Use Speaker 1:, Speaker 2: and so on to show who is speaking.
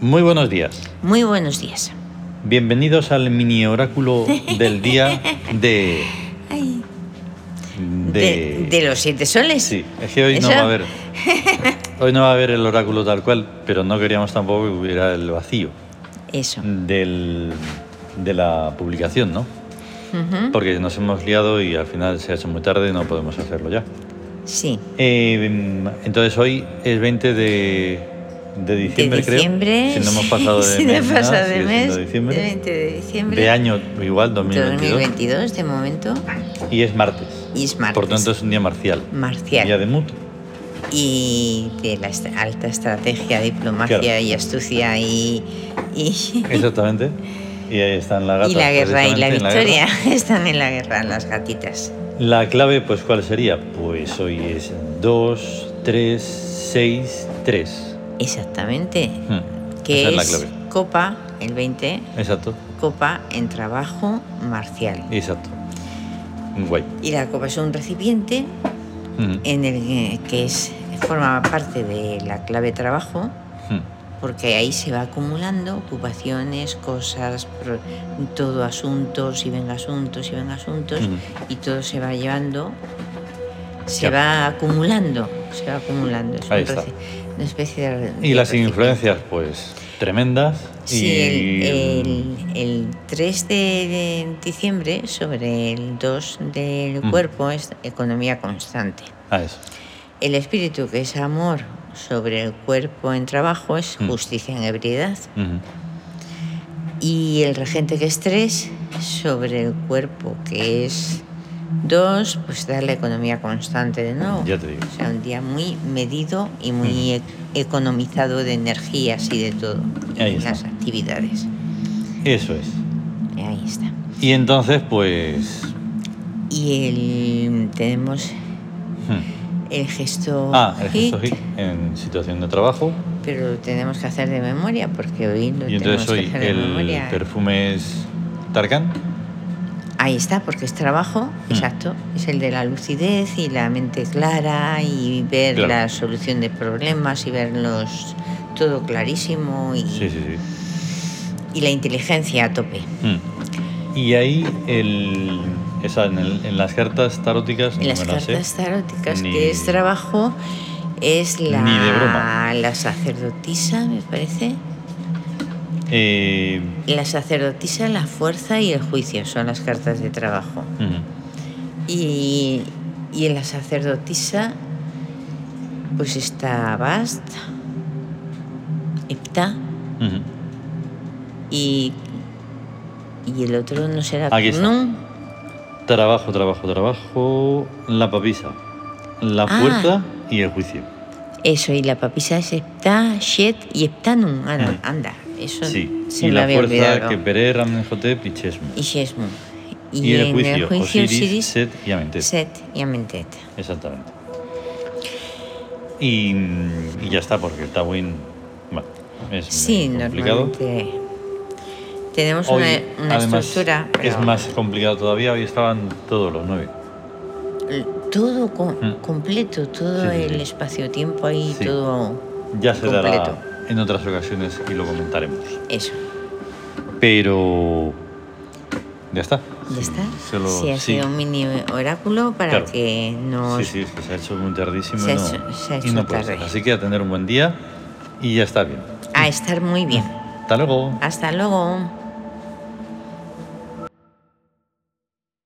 Speaker 1: Muy buenos días.
Speaker 2: Muy buenos días.
Speaker 1: Bienvenidos al mini oráculo del día de.
Speaker 2: Ay,
Speaker 1: de,
Speaker 2: de, de los siete soles.
Speaker 1: Sí, es que hoy no
Speaker 2: Eso-
Speaker 1: va a haber. Hoy no va a haber el oráculo tal cual, pero no queríamos tampoco que hubiera el vacío
Speaker 2: Eso.
Speaker 1: del, de la publicación, ¿no?
Speaker 2: Ujú.
Speaker 1: Porque nos hemos liado y al final se ha hecho muy tarde y no podemos hacerlo ya.
Speaker 2: Sí.
Speaker 1: Eh, mm, entonces hoy es 20 de, de diciembre,
Speaker 2: de diciembre.
Speaker 1: creo. Si no hemos pasado de
Speaker 2: si no
Speaker 1: mes,
Speaker 2: hemos
Speaker 1: nada,
Speaker 2: pasado de
Speaker 1: sigue siendo
Speaker 2: mes,
Speaker 1: diciembre.
Speaker 2: de 20 de diciembre.
Speaker 1: De año igual, 2022.
Speaker 2: 2022, de momento.
Speaker 1: Y es martes.
Speaker 2: Y es martes.
Speaker 1: Por tanto es un día marcial.
Speaker 2: Marcial.
Speaker 1: Día de Mut.
Speaker 2: Y de la est- alta estrategia, diplomacia
Speaker 1: Claro.
Speaker 2: y astucia y. y...
Speaker 1: Exactamente. Y ahí están las gatas.
Speaker 2: y la guerra y la
Speaker 1: precisamente, en guerra.
Speaker 2: victoria están en la guerra, las gatitas.
Speaker 1: La clave, pues, ¿cuál sería? Pues hoy es 2, 3, 6, 3.
Speaker 2: Exactamente.
Speaker 1: Hmm. Esa
Speaker 2: Que
Speaker 1: es la
Speaker 2: es,
Speaker 1: clave.
Speaker 2: copa, el 20,
Speaker 1: Exacto,
Speaker 2: copa en trabajo marcial.
Speaker 1: exacto. Guay.
Speaker 2: Y la copa es un recipiente
Speaker 1: Mm,
Speaker 2: en el que- que es, forma parte de la clave trabajo,
Speaker 1: mm.
Speaker 2: porque ahí se va acumulando ocupaciones, cosas, pro- todo asuntos y venga asuntos y venga asuntos,
Speaker 1: Ujú.
Speaker 2: y todo se va llevando, se
Speaker 1: Claro.
Speaker 2: va acumulando, se va acumulando. Es
Speaker 1: Ahí
Speaker 2: un
Speaker 1: está.
Speaker 2: reci- una especie de.
Speaker 1: Y
Speaker 2: de
Speaker 1: las
Speaker 2: recipiente.
Speaker 1: influencias, pues, tremendas. y...
Speaker 2: Sí,
Speaker 1: mm.
Speaker 2: el, el- el 3 de, de diciembre sobre el 2 del
Speaker 1: Mm.
Speaker 2: cuerpo es economía constante.
Speaker 1: Ah, eso.
Speaker 2: El espíritu, que es amor sobre el cuerpo en trabajo, es
Speaker 1: Mm.
Speaker 2: justicia en ebriedad.
Speaker 1: Ujú.
Speaker 2: Y el regente, que es 3, sobre el cuerpo, que es 2, pues da la economía constante de nuevo.
Speaker 1: Ya te digo. Mm.
Speaker 2: O sea, un día muy medido y muy e- economizado de energías y de todo.
Speaker 1: Ahí
Speaker 2: en las
Speaker 1: está.
Speaker 2: actividades.
Speaker 1: Eso es.
Speaker 2: Ahí está.
Speaker 1: Y entonces, pues...
Speaker 2: Y el, tenemos
Speaker 1: mm.
Speaker 2: el gesto
Speaker 1: Ah, el gesto
Speaker 2: hit,
Speaker 1: hic en situación de trabajo.
Speaker 2: pero lo tenemos que hacer de memoria porque hoy lo
Speaker 1: Y entonces
Speaker 2: tenemos que
Speaker 1: hoy
Speaker 2: hacer de
Speaker 1: el
Speaker 2: memoria.
Speaker 1: perfume es Tarkan.
Speaker 2: Ahí está, porque es trabajo,
Speaker 1: Mm.
Speaker 2: exacto, es el de la lucidez y la mente clara y ver
Speaker 1: Claro.
Speaker 2: la solución de problemas y verlos todo clarísimo y,
Speaker 1: Sí, sí, sí.
Speaker 2: y la inteligencia a tope.
Speaker 1: Mm. Y ahí el... Esa, en, el- en las cartas taróticas
Speaker 2: En
Speaker 1: no
Speaker 2: las
Speaker 1: me las sé.
Speaker 2: cartas taróticas,
Speaker 1: Ni-
Speaker 2: que es trabajo, es la,
Speaker 1: Ni de broma.
Speaker 2: la sacerdotisa, me parece.
Speaker 1: Eh,
Speaker 2: La sacerdotisa, la fuerza y el juicio son las cartas de trabajo.
Speaker 1: ujú.
Speaker 2: Y, y en la sacerdotisa, pues está Bast, Epta
Speaker 1: Ujú.
Speaker 2: y, y el otro no será
Speaker 1: Aquí está.
Speaker 2: Turnum.
Speaker 1: Trabajo, trabajo, trabajo. La papisa. La
Speaker 2: Ah.
Speaker 1: fuerza y el juicio.
Speaker 2: Eso, y la papisa es Epta, Shet y Eptanum. Ah, no,
Speaker 1: Ujú.
Speaker 2: anda, eso
Speaker 1: Mm. Sí.
Speaker 2: se
Speaker 1: y
Speaker 2: me
Speaker 1: la
Speaker 2: había
Speaker 1: fuerza
Speaker 2: olvidado.
Speaker 1: que Pere, Ramnejotep y Chesmo.
Speaker 2: Y Shesmu.
Speaker 1: Y, el
Speaker 2: en
Speaker 1: juicio. Osiris,
Speaker 2: Osiris,
Speaker 1: Set y Amentet.
Speaker 2: Set y Amentet.
Speaker 1: Exactamente. Y, y ya está, porque el Tawin bueno, es
Speaker 2: Sí,
Speaker 1: muy complicado.
Speaker 2: normalmente tenemos
Speaker 1: Hoy,
Speaker 2: una, una
Speaker 1: además,
Speaker 2: estructura.
Speaker 1: es
Speaker 2: pero
Speaker 1: más complicado todavía. Hoy estaban todos los nueve.
Speaker 2: l- Todo co-
Speaker 1: Mm.
Speaker 2: completo, todo
Speaker 1: Sí, sí,
Speaker 2: el
Speaker 1: sí.
Speaker 2: espacio-tiempo ahí,
Speaker 1: Sí.
Speaker 2: todo
Speaker 1: Ya se
Speaker 2: completo.
Speaker 1: dará en otras ocasiones y lo comentaremos.
Speaker 2: Eso.
Speaker 1: Pero ya está.
Speaker 2: ¿Ya
Speaker 1: Sí,
Speaker 2: está?
Speaker 1: solo-
Speaker 2: sí, ha
Speaker 1: sí.
Speaker 2: sido un mini oráculo para
Speaker 1: Claro.
Speaker 2: que nos...
Speaker 1: Sí, sí, es que se ha hecho muy tardísimo
Speaker 2: Se
Speaker 1: y
Speaker 2: ha
Speaker 1: no,
Speaker 2: hecho- se ha
Speaker 1: y
Speaker 2: hecho
Speaker 1: no puede
Speaker 2: tarde.
Speaker 1: ser. Así que a tener un buen día y ya está bien.
Speaker 2: A estar muy bien.
Speaker 1: Mm. Hasta luego.
Speaker 2: Hasta luego.